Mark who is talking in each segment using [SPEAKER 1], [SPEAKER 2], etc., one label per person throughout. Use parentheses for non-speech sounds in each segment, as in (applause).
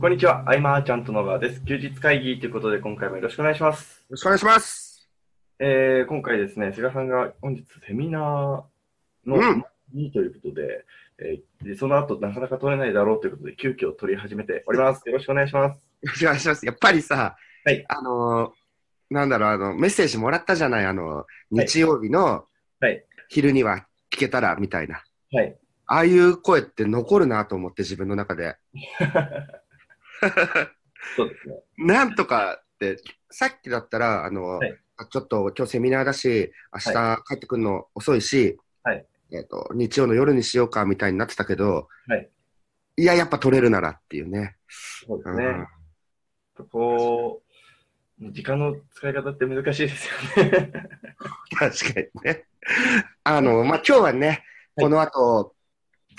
[SPEAKER 1] こんにちは、アイマーちゃんと野川です。休日会議ということで、今回もよろしくお願いします。
[SPEAKER 2] ろしくお願いします。
[SPEAKER 1] えー、今回ですね、菅さんが本日セミナーの
[SPEAKER 2] うん
[SPEAKER 1] 2ということで、えーでその後なかなか取れないだろうということで、急遽取り始めております。よろしくお願いし
[SPEAKER 2] (laughs)
[SPEAKER 1] ます。
[SPEAKER 2] よろしくお願いします。やっぱりさ、
[SPEAKER 1] はい
[SPEAKER 2] あのーなんだろう、あの、メッセージもらったじゃない、あの、日曜日の
[SPEAKER 1] はい
[SPEAKER 2] 昼には聞けたら、みたいな。
[SPEAKER 1] はい。
[SPEAKER 2] ああいう声って残るなと思って、自分の中で。
[SPEAKER 1] そうですね。
[SPEAKER 2] なんとかって、さっきだったら、あの、
[SPEAKER 1] はい
[SPEAKER 2] あちょっと今日セミナーだし、明日帰ってくるの遅いし、
[SPEAKER 1] はい
[SPEAKER 2] えっ、と、日曜の夜にしようかみたいになってたけど、
[SPEAKER 1] はい
[SPEAKER 2] いや、やっぱ取れるならっていうね。
[SPEAKER 1] そうです
[SPEAKER 2] う
[SPEAKER 1] ね
[SPEAKER 2] ん。
[SPEAKER 1] こう、時間の使い方って難しいですよね。 (laughs)
[SPEAKER 2] 確かにね。あの、まあ、今日はね、
[SPEAKER 1] はい
[SPEAKER 2] この後、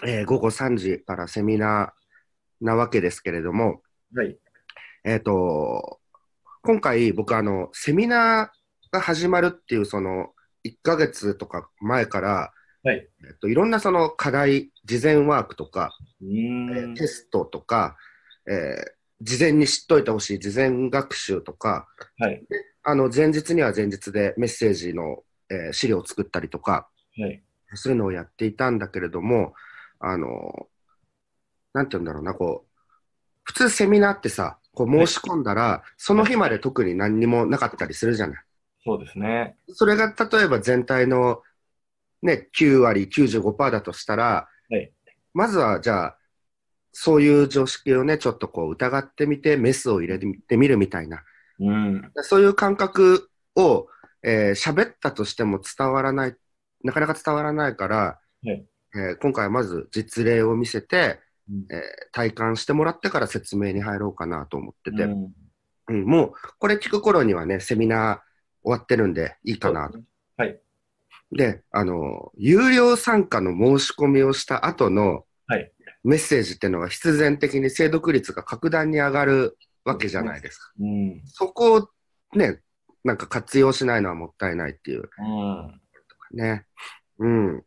[SPEAKER 2] えー午後3時からセミナーなわけですけれども、
[SPEAKER 1] はい。
[SPEAKER 2] えっ、と、今回僕あの、セミナーが始まるっていうその、1ヶ月とか前から、
[SPEAKER 1] はい
[SPEAKER 2] えっと、いろんなその課題、事前ワークとか、
[SPEAKER 1] う
[SPEAKER 2] え
[SPEAKER 1] ー
[SPEAKER 2] ー
[SPEAKER 1] ん。
[SPEAKER 2] テストとか、えー事前に知っといてほしい事前学習とか、
[SPEAKER 1] はい。
[SPEAKER 2] あの前日には前日でメッセージの、えー資料を作ったりとか、
[SPEAKER 1] はい。
[SPEAKER 2] そういうのをやっていたんだけれども、あの、なんて言うんだろうな、こう、普通セミナーってさ、こう申し込んだら、その日まで特に何にもなかったりするじゃない。
[SPEAKER 1] そうですね。
[SPEAKER 2] それが例えば全体の、ね、9割、95%だとしたら、
[SPEAKER 1] はい
[SPEAKER 2] まずはじゃあ、そういう常識をね、ちょっとこう疑ってみて、メスを入れてみるみたいな、
[SPEAKER 1] うん。
[SPEAKER 2] そういう感覚をえー喋、ったとしても伝わらない、なかなか伝わらないから、
[SPEAKER 1] はい
[SPEAKER 2] えー今回はまず実例を見せて、
[SPEAKER 1] うん
[SPEAKER 2] えー体感してもらってから説明に入ろうかなと思ってて、
[SPEAKER 1] う
[SPEAKER 2] うん
[SPEAKER 1] ん
[SPEAKER 2] もうこれ聞く頃にはね、セミナー終わってるんでいいかなと。で、あの、有料参加の申し込みをした後の
[SPEAKER 1] はい
[SPEAKER 2] メッセージっていうのは必然的に精読率が格段に上がるわけじゃないですか。
[SPEAKER 1] うん。
[SPEAKER 2] そこをね、なんか活用しないのはもったいないっていう
[SPEAKER 1] うん。
[SPEAKER 2] ね。うん。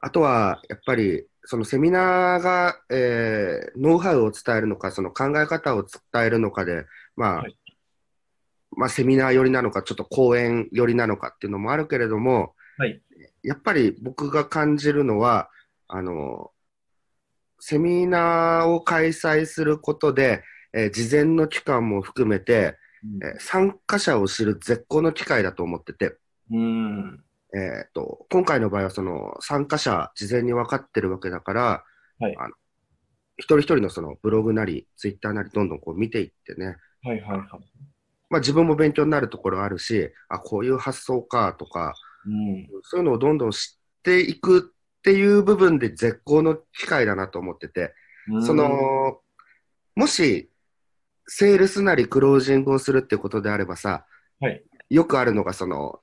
[SPEAKER 2] あとは、やっぱり、そのセミナーが、えーノウハウを伝えるのか、その考え方を伝えるのかで、まあ、
[SPEAKER 1] はい
[SPEAKER 2] まあ、セミナー寄りなのか、ちょっと講演寄りなのかっていうのもあるけれども、
[SPEAKER 1] はい
[SPEAKER 2] やっぱり僕が感じるのは、あの、セミナーを開催することで、えー事前の期間も含めて、えー参加者を知る絶好の機会だと思ってて、
[SPEAKER 1] うん。
[SPEAKER 2] えー、と今回の場合はその参加者事前に分かってるわけだから、
[SPEAKER 1] はい
[SPEAKER 2] あの一人一人のそのブログなりツイッターなりどんどんこう見ていってね、
[SPEAKER 1] はいはいはい。
[SPEAKER 2] まあ、自分も勉強になるところあるしあこういう発想かとか
[SPEAKER 1] うん。
[SPEAKER 2] そういうのをどんどん知っていくっていう部分で絶好の機会だなと思ってて、
[SPEAKER 1] うん
[SPEAKER 2] そ、のもしセールスなりクロージングをするってことであればさ、
[SPEAKER 1] はい
[SPEAKER 2] よくあるのがその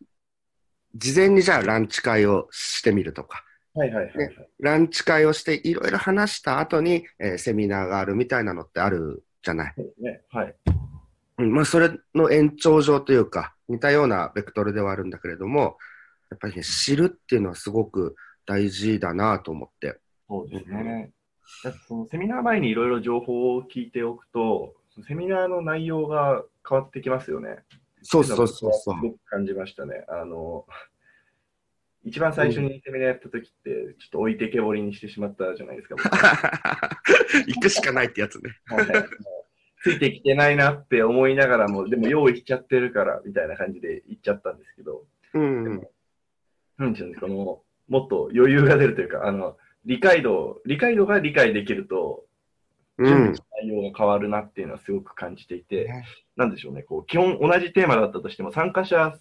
[SPEAKER 2] 事前にじゃあランチ会をしてみるとか。
[SPEAKER 1] はいはいはいはい。
[SPEAKER 2] ランチ会をしていろいろ話した後に、えーセミナーがあるみたいなのってあるじゃない。
[SPEAKER 1] そうですね。はい。
[SPEAKER 2] うんまあ、それの延長上というか、似たようなベクトルではあるんだけれども、やっぱりね、知るっていうのはすごく大事だなと思って。
[SPEAKER 1] そうですね。だってそのセミナー前にいろいろ情報を聞いておくと、そのセミナーの内容が変わってきますよね。
[SPEAKER 2] そうそうそうそ
[SPEAKER 1] すご
[SPEAKER 2] う。
[SPEAKER 1] く感じましたね。あの、一番最初にセミナーやった時って、ちょっと置いてけぼりにしてしまったじゃないですか。僕
[SPEAKER 2] (laughs) 行くしかないってやつね。
[SPEAKER 1] はいはいついてきてないなって思いながらも、でも用意しちゃってるから、みたいな感じで行っちゃったんですけど、
[SPEAKER 2] うんうん。
[SPEAKER 1] なんていうのこの、もっと余裕が出るというか、あの、理解度、理解度が理解できると、
[SPEAKER 2] う
[SPEAKER 1] 準備
[SPEAKER 2] ん
[SPEAKER 1] の。内容が変わるなっていうのはすごく感じていて、
[SPEAKER 2] ね
[SPEAKER 1] なんでしょうね、こう、基本同じテーマだったとしても、参加者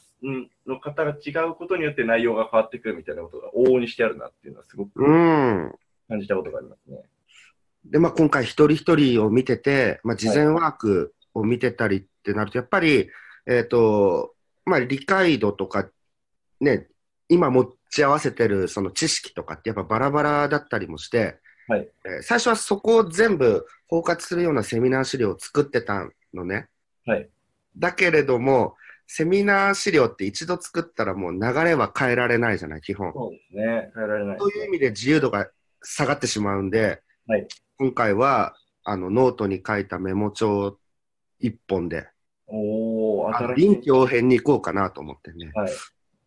[SPEAKER 1] の方が違うことによって内容が変わってくるみたいなことが往々にしてあるなっていうのはすごく
[SPEAKER 2] うん。
[SPEAKER 1] 感じたことがありますね。
[SPEAKER 2] で、まあ、今回一人一人を見てて、まあ、事前ワークを見てたりってなると、やっぱり、えっ、と、まあ、理解度とか、ね、今持ち合わせてるその知識とかってやっぱバラバラだったりもして、
[SPEAKER 1] はい
[SPEAKER 2] えー最初はそこを全部包括するようなセミナー資料を作ってたのね。
[SPEAKER 1] はい
[SPEAKER 2] だけれども、セミナー資料って一度作ったらもう流れは変えられないじゃない、基本。
[SPEAKER 1] そうですね、変えられない
[SPEAKER 2] そういう意味で自由度が下がってしまうんで、
[SPEAKER 1] はい
[SPEAKER 2] 今回はあの、ノートに書いたメモ帳一本で、
[SPEAKER 1] おお
[SPEAKER 2] あの
[SPEAKER 1] 新しい。
[SPEAKER 2] 臨機応変に行こうかなと思ってね。
[SPEAKER 1] はい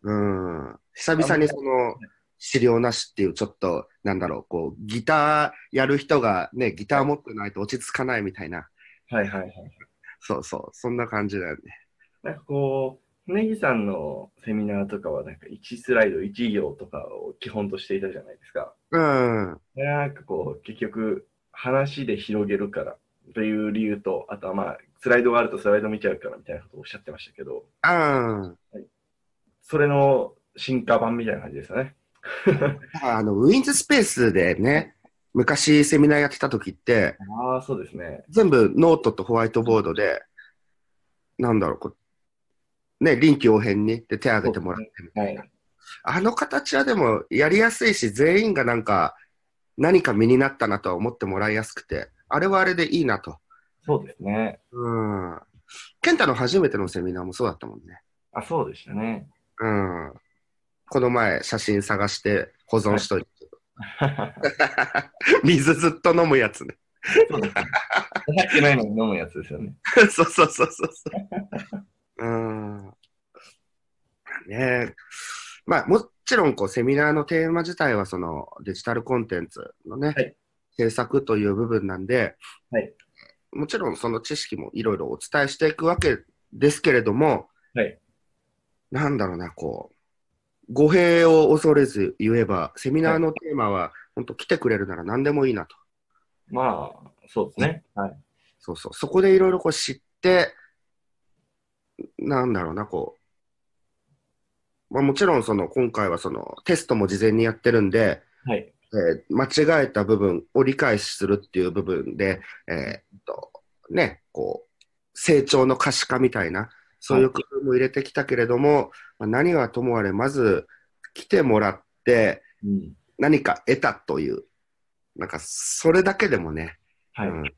[SPEAKER 2] うん。久々にその、資料なしっていう、ちょっと、なんだろう、こう、ギターやる人がね、ギター持ってないと落ち着かないみたいな。
[SPEAKER 1] はいはいはい。
[SPEAKER 2] そうそう、そんな感じだよね。
[SPEAKER 1] なんかこう、ネギさんのセミナーとかは、なんか1スライド1行とかを基本としていたじゃないですか。
[SPEAKER 2] うん。
[SPEAKER 1] なんかこう、結局、話で広げるからという理由と、あとはまあ、スライドがあるとスライド見ちゃうからみたいなことをおっしゃってましたけど、
[SPEAKER 2] うん。
[SPEAKER 1] それの進化版みたいな感じですよね。
[SPEAKER 2] あの、ウィンズスペースでね、昔セミナーやってた時って、
[SPEAKER 1] ああ、そうですね。
[SPEAKER 2] 全部ノートとホワイトボードで、なんだろう、こう、ね、臨機応変に、で、手挙げてもらってみたいな
[SPEAKER 1] はい。
[SPEAKER 2] あの形はでもやりやすいし、全員がなんか何か身になったなとは思ってもらいやすくて、あれはあれでいいなと。
[SPEAKER 1] そうですね。
[SPEAKER 2] うん。健太の初めてのセミナーもそうだったもんね。
[SPEAKER 1] あ、そうでしたね。
[SPEAKER 2] うん。この前写真探して保存しといて。水ずっと飲むやつね。
[SPEAKER 1] そうですね。入ってないのに飲むやつですよね。
[SPEAKER 2] そうそうそうそうそう。うん。ねえ。まあ、もちろん、こう、セミナーのテーマ自体は、その、デジタルコンテンツのね、
[SPEAKER 1] はい
[SPEAKER 2] 制作という部分なんで、
[SPEAKER 1] はい
[SPEAKER 2] もちろん、その知識もいろいろお伝えしていくわけですけれども、
[SPEAKER 1] はい
[SPEAKER 2] なんだろうな、こう、語弊を恐れず言えば、セミナーのテーマは、本当来てくれるなら何でもいいなと。
[SPEAKER 1] まあ、そうですね。はい。
[SPEAKER 2] そうそう。そこでいろいろこう知って、なんだろうな、こう。まあもちろんその今回はそのテストも事前にやってるんで、
[SPEAKER 1] はい。
[SPEAKER 2] えー間違えた部分を理解するっていう部分で、えーっと、ね、こう、成長の可視化みたいな、そういう工夫も入れてきたけれども、まあ何はともあれ、まず来てもらって
[SPEAKER 1] うん。
[SPEAKER 2] 何か得たという、なんかそれだけでもね、
[SPEAKER 1] はい。
[SPEAKER 2] うん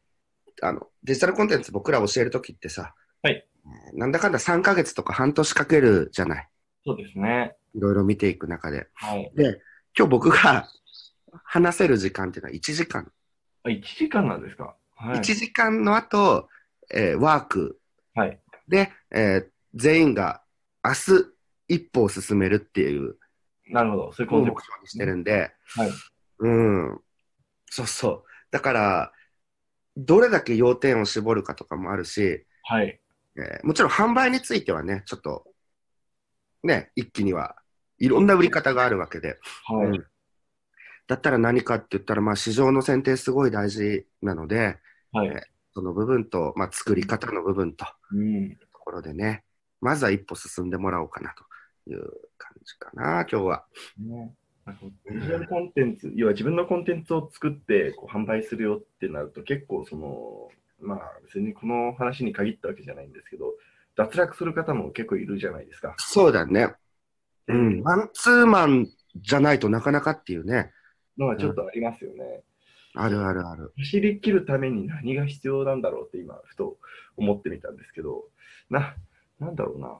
[SPEAKER 2] あのデジタルコンテンツ僕ら教えるときってさ、
[SPEAKER 1] はい
[SPEAKER 2] えーなんだかんだ3ヶ月とか半年かけるじゃない。
[SPEAKER 1] そうですね。
[SPEAKER 2] いろいろ見ていく中で。
[SPEAKER 1] はい。
[SPEAKER 2] で、今日僕が話せる時間っていうのは1時間。
[SPEAKER 1] あ、1時間なんですか。はい。
[SPEAKER 2] 1時間の後、えーワーク
[SPEAKER 1] はい。
[SPEAKER 2] で、えー全員が明日一歩を進めるっていう
[SPEAKER 1] なるほど。そういう
[SPEAKER 2] 項
[SPEAKER 1] コン
[SPEAKER 2] 目
[SPEAKER 1] セプ
[SPEAKER 2] にしてるんで、
[SPEAKER 1] はい
[SPEAKER 2] うん。そうそう。だから、どれだけ要点を絞るかとかもあるし、
[SPEAKER 1] ト。はい。
[SPEAKER 2] えーもちろん販売についてはね、ちょっと、ね、一気にはいろんな売り方があるわけで、
[SPEAKER 1] はい。
[SPEAKER 2] うんだったら何かって言ったら、まあ、市場の選定すごい大事なので、
[SPEAKER 1] はい。
[SPEAKER 2] その部分と、まあ、作り方の部分と、
[SPEAKER 1] うん。
[SPEAKER 2] ところでね、まずは一歩進んでもらおうかなという感じかな、今日は。
[SPEAKER 1] ねなんかデジタルコンテンツ、要は自分のコンテンツを作ってこう販売するよってなると、結構その、まあ別にこの話に限ったわけじゃないんですけど、脱落する方も結構いるじゃないですか。
[SPEAKER 2] そうだね。うん。マンツーマンじゃないとなかなかっていうね、
[SPEAKER 1] のはちょっとありますよね。
[SPEAKER 2] あるあるある。
[SPEAKER 1] 走り切るために何が必要なんだろうって今、ふと思ってみたんですけど、な、なんだろうな。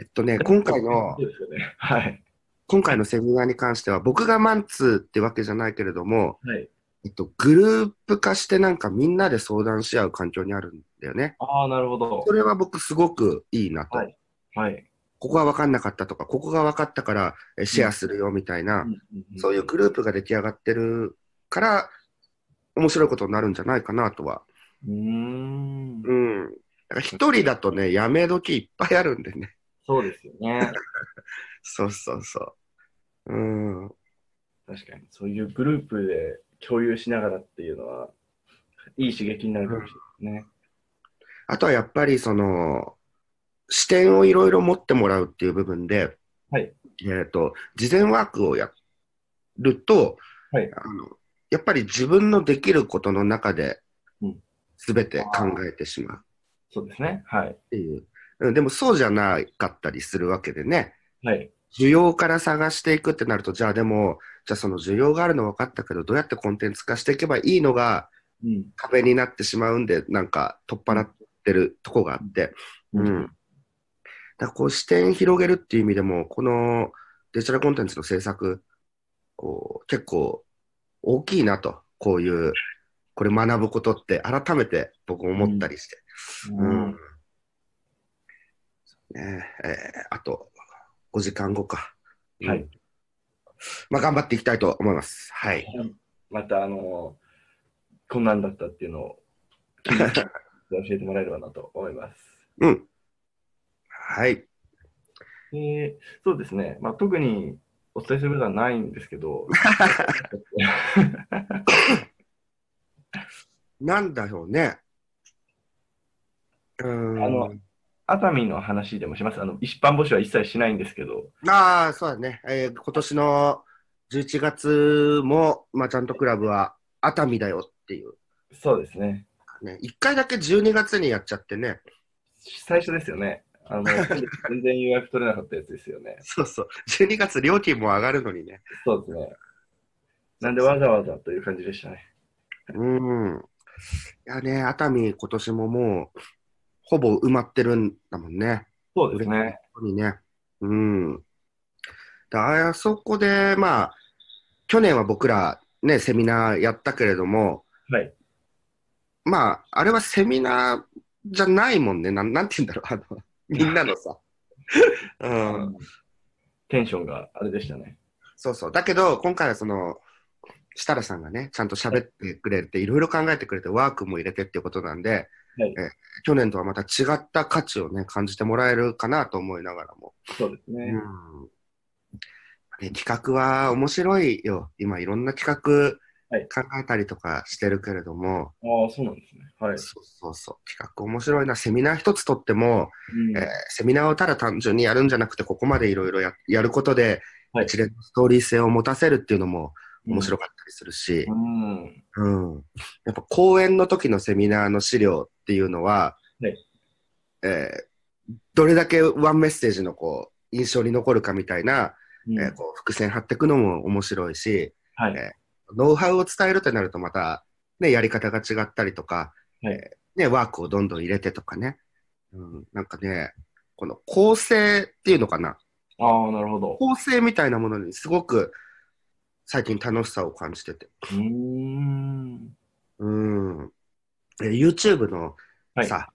[SPEAKER 2] えっとね、今回の
[SPEAKER 1] そ、うですよね。はい。
[SPEAKER 2] 今回のセミナーに関しては、僕がマンツーってわけじゃないけれども、
[SPEAKER 1] はい。
[SPEAKER 2] えっと、グループ化してなんかみんなで相談し合う環境にあるんだよね。
[SPEAKER 1] ああ、なるほど
[SPEAKER 2] そ。れは僕すごくいいなと。
[SPEAKER 1] はいはい。
[SPEAKER 2] ここが分かんなかったとか、ここが分かったからえシェアするよみたいな、そういうグループが出来上がってるから、面白いことになるんじゃないかなとは。
[SPEAKER 1] うーん。
[SPEAKER 2] うん。だから一人だとね、やめ時いっぱいあるんでね。 (laughs)
[SPEAKER 1] そうですよね。
[SPEAKER 2] そうそうそう。うん。
[SPEAKER 1] 確かに。そういうグループで共有しながらっていうのは、いい刺激になるかもしれないですね。
[SPEAKER 2] あとはやっぱりその視点をいろいろ持ってもらうっていう部分で、
[SPEAKER 1] はい
[SPEAKER 2] えー、と事前ワークをやると、
[SPEAKER 1] はい
[SPEAKER 2] あのやっぱり自分のできることの中で
[SPEAKER 1] うん
[SPEAKER 2] 全て考えてしまう
[SPEAKER 1] そうですね。はい。
[SPEAKER 2] っていう、うんでもそうじゃなかったりするわけでね
[SPEAKER 1] はい。
[SPEAKER 2] 需要から探していくってなるとじゃあでもじゃあその需要があるの分かったけどどうやってコンテンツ化していけばいいのが
[SPEAKER 1] うん。
[SPEAKER 2] 壁になってしまうんでなんか取っ払ってるとこがあって。うん。だからこう視点広げるっていう意味でも、このデジタルコンテンツの制作、こう結構大きいなと、こういうこれ学ぶことって改めて僕思ったりして。うん。
[SPEAKER 1] うん
[SPEAKER 2] ねええーあと5時間後か。
[SPEAKER 1] は
[SPEAKER 2] う
[SPEAKER 1] い
[SPEAKER 2] ん。まあ頑張っていきたいと思います。はい。
[SPEAKER 1] また、あのーこんなんだったっていうのを、聞いて教えてもらえればなと思います。
[SPEAKER 2] うん。はい。
[SPEAKER 1] えーそうですね、まあ、特にお伝えすることはないんですけ
[SPEAKER 2] (laughs)
[SPEAKER 1] ど、
[SPEAKER 2] なんだろうね。うーん。
[SPEAKER 1] あの熱海の話でもします、あの一般募集は一切しないんですけど、
[SPEAKER 2] ああ、そうだね。えー今年の11月も、まあ、ちゃんとクラブは熱海だよっていう、
[SPEAKER 1] そうですね、
[SPEAKER 2] ね。1回だけ12月にやっちゃってね。
[SPEAKER 1] 最初ですよね、あの (laughs) 全然予約取れなかったやつですよね、
[SPEAKER 2] そうそう。12月料金も上がるのにね。
[SPEAKER 1] そうですね。なんでわざわざという感じでしたね。
[SPEAKER 2] うん。いやね、熱海今年ももう、ほぼ埋まってるんだもんね。
[SPEAKER 1] そうですね。
[SPEAKER 2] 本当にね。うん。だあそこで、まあ、去年は僕ら、ね、セミナーやったけれども、
[SPEAKER 1] はい。
[SPEAKER 2] まあ、あれはセミナーじゃないもんね。なんなんて言うんだろう。
[SPEAKER 1] (laughs)
[SPEAKER 2] あの、みんなのさ。うん。
[SPEAKER 1] テンションがあれでしたね。
[SPEAKER 2] そうそう。だけど、今回はその、設楽さんがね、ちゃんと喋ってくれて、いろいろ考えてくれて、ワークも入れてっていうことなんで、
[SPEAKER 1] はい
[SPEAKER 2] え去年とはまた違った価値をね、感じてもらえるかなと思いながらも。
[SPEAKER 1] そうですね。
[SPEAKER 2] うんね、企画は面白いよ。今いろんな企
[SPEAKER 1] はい
[SPEAKER 2] 画考えたりとかしてるけれども、
[SPEAKER 1] ああ、そうなんですね。はい。
[SPEAKER 2] そうそうそう、企画面白いな。セミナー一つとっても、
[SPEAKER 1] うん
[SPEAKER 2] えーセミナーをただ単純にやるんじゃなくて、ここまでいろいろややることで、
[SPEAKER 1] はい
[SPEAKER 2] 一連のストーリー性を持たせるっていうのも面白かったりするし、
[SPEAKER 1] うん。
[SPEAKER 2] うんやっぱ講演の時のセミナーの資料っていうのは、
[SPEAKER 1] はい
[SPEAKER 2] えーどれだけワンメッセージのこう印象に残るかみたいな、
[SPEAKER 1] うん
[SPEAKER 2] えーこう伏線張っていくのも面白いし、
[SPEAKER 1] はい
[SPEAKER 2] えノウハウを伝えるってなるとまた、ね、やり方が違ったりとか、
[SPEAKER 1] はい
[SPEAKER 2] えーね、ワークをどんどん入れてとかね、うん、なんかねこの構成っていうのかな
[SPEAKER 1] ああ、なるほど。
[SPEAKER 2] 構成みたいなものにすごく最近楽しさを感じてて。
[SPEAKER 1] うーん。
[SPEAKER 2] うん。え YouTube の
[SPEAKER 1] はい。
[SPEAKER 2] さ、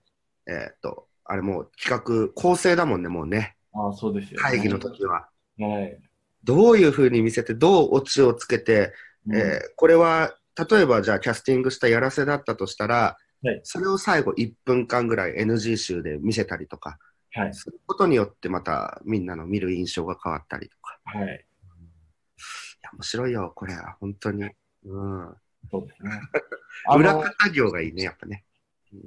[SPEAKER 2] えーっと、あれもう企画、構成だもんね、もうね。
[SPEAKER 1] ああ、そうですよ、ね。
[SPEAKER 2] 会議の時は。
[SPEAKER 1] はい。
[SPEAKER 2] どういう風に見せて、どうオチをつけて、えーこれは、例えばじゃあキャスティングしたやらせだったとしたら、
[SPEAKER 1] はい
[SPEAKER 2] それを最後1分間ぐらい NG 集で見せたりとか、
[SPEAKER 1] はい。
[SPEAKER 2] することによってまたみんなの見る印象が変わったりとか。
[SPEAKER 1] はい。
[SPEAKER 2] いや、面白いよ、これは、本当に。うん。
[SPEAKER 1] そう
[SPEAKER 2] (laughs)
[SPEAKER 1] ですね。
[SPEAKER 2] 裏
[SPEAKER 1] あ
[SPEAKER 2] 方業がいいね、やっぱね。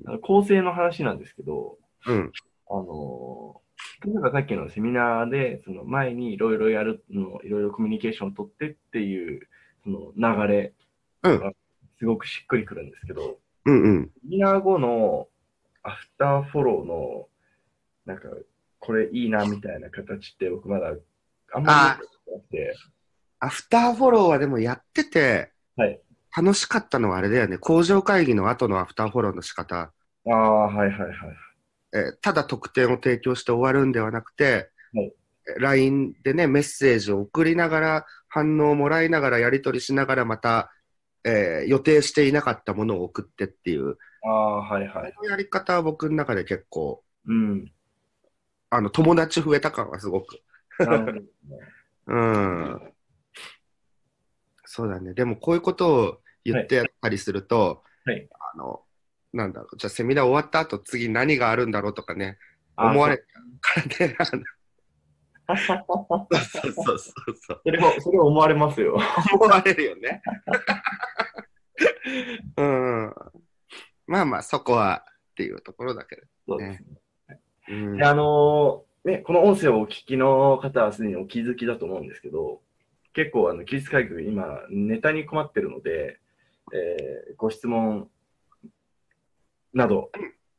[SPEAKER 1] の、構成の話なんですけど、
[SPEAKER 2] うん。
[SPEAKER 1] あの、例えばさっきのセミナーで、その前にいろいろやるの、いろいろコミュニケーションを取ってっていう、その流れ、
[SPEAKER 2] うん
[SPEAKER 1] すごくしっくりくるんですけど、
[SPEAKER 2] うんうん。
[SPEAKER 1] セミナー後のアフターフォローの、なんか、これいいなみたいな形って僕まだあんまり見たことなくて、
[SPEAKER 2] アフターフォローはでもやってて、
[SPEAKER 1] はい
[SPEAKER 2] 楽しかったのはあれだよね、工場会議の後のアフターフォローの仕方、
[SPEAKER 1] ああ、はいはいはい。
[SPEAKER 2] えーただ特典を提供して終わるんではなくて、
[SPEAKER 1] はい
[SPEAKER 2] えー LINE でね、メッセージを送りながら、反応をもらいながら、やり取りしながら、また、えー予定していなかったものを送ってっていう、
[SPEAKER 1] ああ、はいは
[SPEAKER 2] こ
[SPEAKER 1] い。
[SPEAKER 2] のやり方は僕の中で結構、
[SPEAKER 1] うん。
[SPEAKER 2] あの友達増えた感はすごく。
[SPEAKER 1] なるほどですね
[SPEAKER 2] うん。そうだね。でもこういうことを言ってやったりすると、
[SPEAKER 1] はい
[SPEAKER 2] あの、なんだろう、じゃあセミナー終わった後次何があるんだろうとかね、
[SPEAKER 1] あー
[SPEAKER 2] 思われからね、あのそうそうそうそう、
[SPEAKER 1] それも、それ思われますよ。
[SPEAKER 2] 思われるよ (laughs) ね。うん。まあまあ、そこはっていうところだけ
[SPEAKER 1] そ
[SPEAKER 2] ど。
[SPEAKER 1] う (laughs) ですね
[SPEAKER 2] うん
[SPEAKER 1] であのーね、この音声をお聞きの方はすでにお気づきだと思うんですけど、結構あの、休日会議、今、ネタに困ってるので、えーご質問など、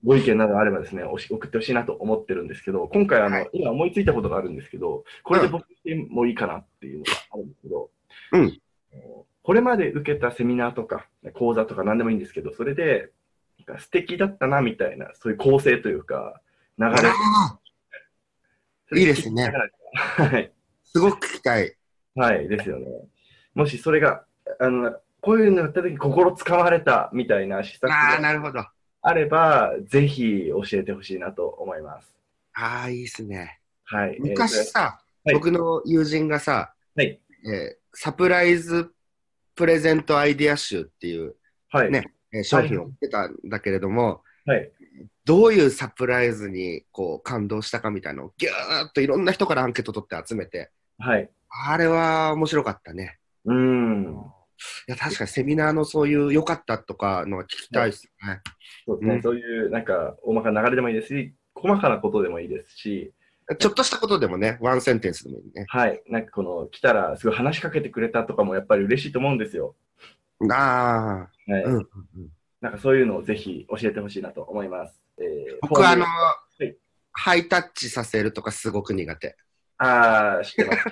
[SPEAKER 1] ご意見などあればですね、おし送ってほしいなと思ってるんですけど、今回あの、
[SPEAKER 2] はい
[SPEAKER 1] 今思いついたことがあるんですけど、これで僕でもいいかなっていうのがあるんですけど、
[SPEAKER 2] うん
[SPEAKER 1] あのこれまで受けたセミナーとか、講座とか何でもいいんですけど、それで、なんか素敵だったなみたいな、そういう構成というか、流れ
[SPEAKER 2] あーいいですね。
[SPEAKER 1] はい。
[SPEAKER 2] すごく聞きたい。
[SPEAKER 1] はい、ですよね。もしそれが、あの、こういうのやった時心つかまれたみたいな施策
[SPEAKER 2] ああ、
[SPEAKER 1] が
[SPEAKER 2] なるほど。あ
[SPEAKER 1] あれば、ぜひ教えてほしいなと思います。
[SPEAKER 2] あ、いいっすね。
[SPEAKER 1] はい。
[SPEAKER 2] 昔さ、
[SPEAKER 1] はい
[SPEAKER 2] 僕の友人がさ、
[SPEAKER 1] はい
[SPEAKER 2] えーサプライズプレゼントアイディア集っていう、
[SPEAKER 1] えーはい。
[SPEAKER 2] ねえー商品を売ってたんだけれども、
[SPEAKER 1] はい。
[SPEAKER 2] どういうサプライズにこう感動したかみたいなのをぎゅーっといろんな人からアンケート取って集めて、
[SPEAKER 1] はい。
[SPEAKER 2] あれは面白かったね。
[SPEAKER 1] うーん。
[SPEAKER 2] いや確かにセミナーのそういう良かったとかのは聞きたいですね。
[SPEAKER 1] そうですね。
[SPEAKER 2] うん
[SPEAKER 1] そういう、なんか、大まかな流れでもいいですし、細かなことでもいいですし、
[SPEAKER 2] ちょっとしたことでもね、ワンセンテンスでもいいね。
[SPEAKER 1] はい。なんかこの、来たら、すごい話しかけてくれたとかもやっぱり嬉しいと思うんですよ。
[SPEAKER 2] ああ、
[SPEAKER 1] はい。
[SPEAKER 2] うんうんうん。
[SPEAKER 1] なんかそういうのをぜひ教えてほしいなと思います。えー
[SPEAKER 2] 僕あの、
[SPEAKER 1] い
[SPEAKER 2] ハイタッチさせるとかすごく苦手。
[SPEAKER 1] あー、知ってます。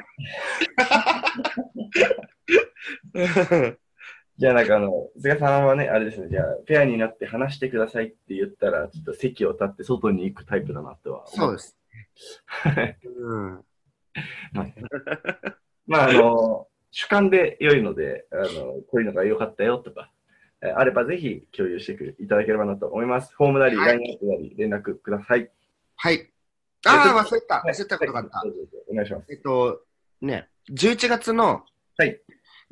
[SPEAKER 1] じゃあ、なんかあの、菅さんはね、あれですね、じゃあ、ペアになって話してくださいって言ったら、ちょっと席を立って外に行くタイプだなとは
[SPEAKER 2] そう
[SPEAKER 1] う
[SPEAKER 2] です。うん、
[SPEAKER 1] まあ、あの、主観で良いので、あの、こういうのが良かったよとか、えあればぜひ共有してくいただければなと思います。ホームなり、
[SPEAKER 2] はい
[SPEAKER 1] LINE アップなり、連絡ください。
[SPEAKER 2] はい。ああ、忘れた。忘れたことがあった。
[SPEAKER 1] はいどうぞどうぞお願いします。
[SPEAKER 2] えっと、ね、11月の
[SPEAKER 1] はい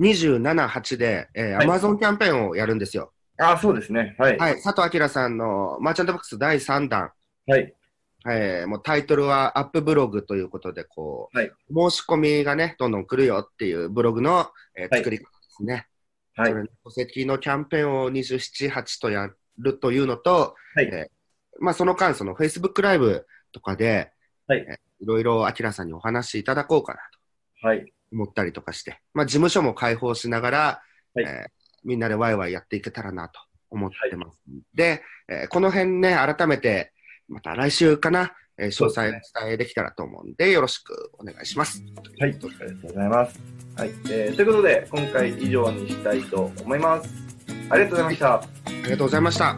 [SPEAKER 2] 27、8で、えー
[SPEAKER 1] はい
[SPEAKER 2] Amazon キャンペーンをやるんですよ。
[SPEAKER 1] ああ、そうですね。はい。
[SPEAKER 2] はい、佐藤明さんのマーチャントボックス第3弾、
[SPEAKER 1] はい。
[SPEAKER 2] えーもうタイトルはアップブログということで、こう、
[SPEAKER 1] はい
[SPEAKER 2] 申し込みがね、どんどん来るよっていうブログの、えー
[SPEAKER 1] はい
[SPEAKER 2] 作り方ですね。
[SPEAKER 1] はい
[SPEAKER 2] そ。れの戸籍のキャンペーンを27、8とやるというのと、
[SPEAKER 1] はい
[SPEAKER 2] えーまあ、その間、その Facebook ライブとかで、
[SPEAKER 1] はい
[SPEAKER 2] えーいろいろ明さんにお話しいただこうかな。
[SPEAKER 1] はい。
[SPEAKER 2] 思ったりとかして、まあ、事務所も開放しながら、
[SPEAKER 1] はい
[SPEAKER 2] えーみんなでワイワイやっていけたらなと思ってます。で、えーこの辺ね、改めて、また来週かな、えー詳細お伝えできたらと思うんで、よろしくお願いします。
[SPEAKER 1] はい。ありがとうございます。はい。えーということで、今回以上にしたいと思います。ありがとうございました。
[SPEAKER 2] ありがとうございました。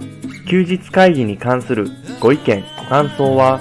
[SPEAKER 3] 休日会議に関するご意見、ご感想は、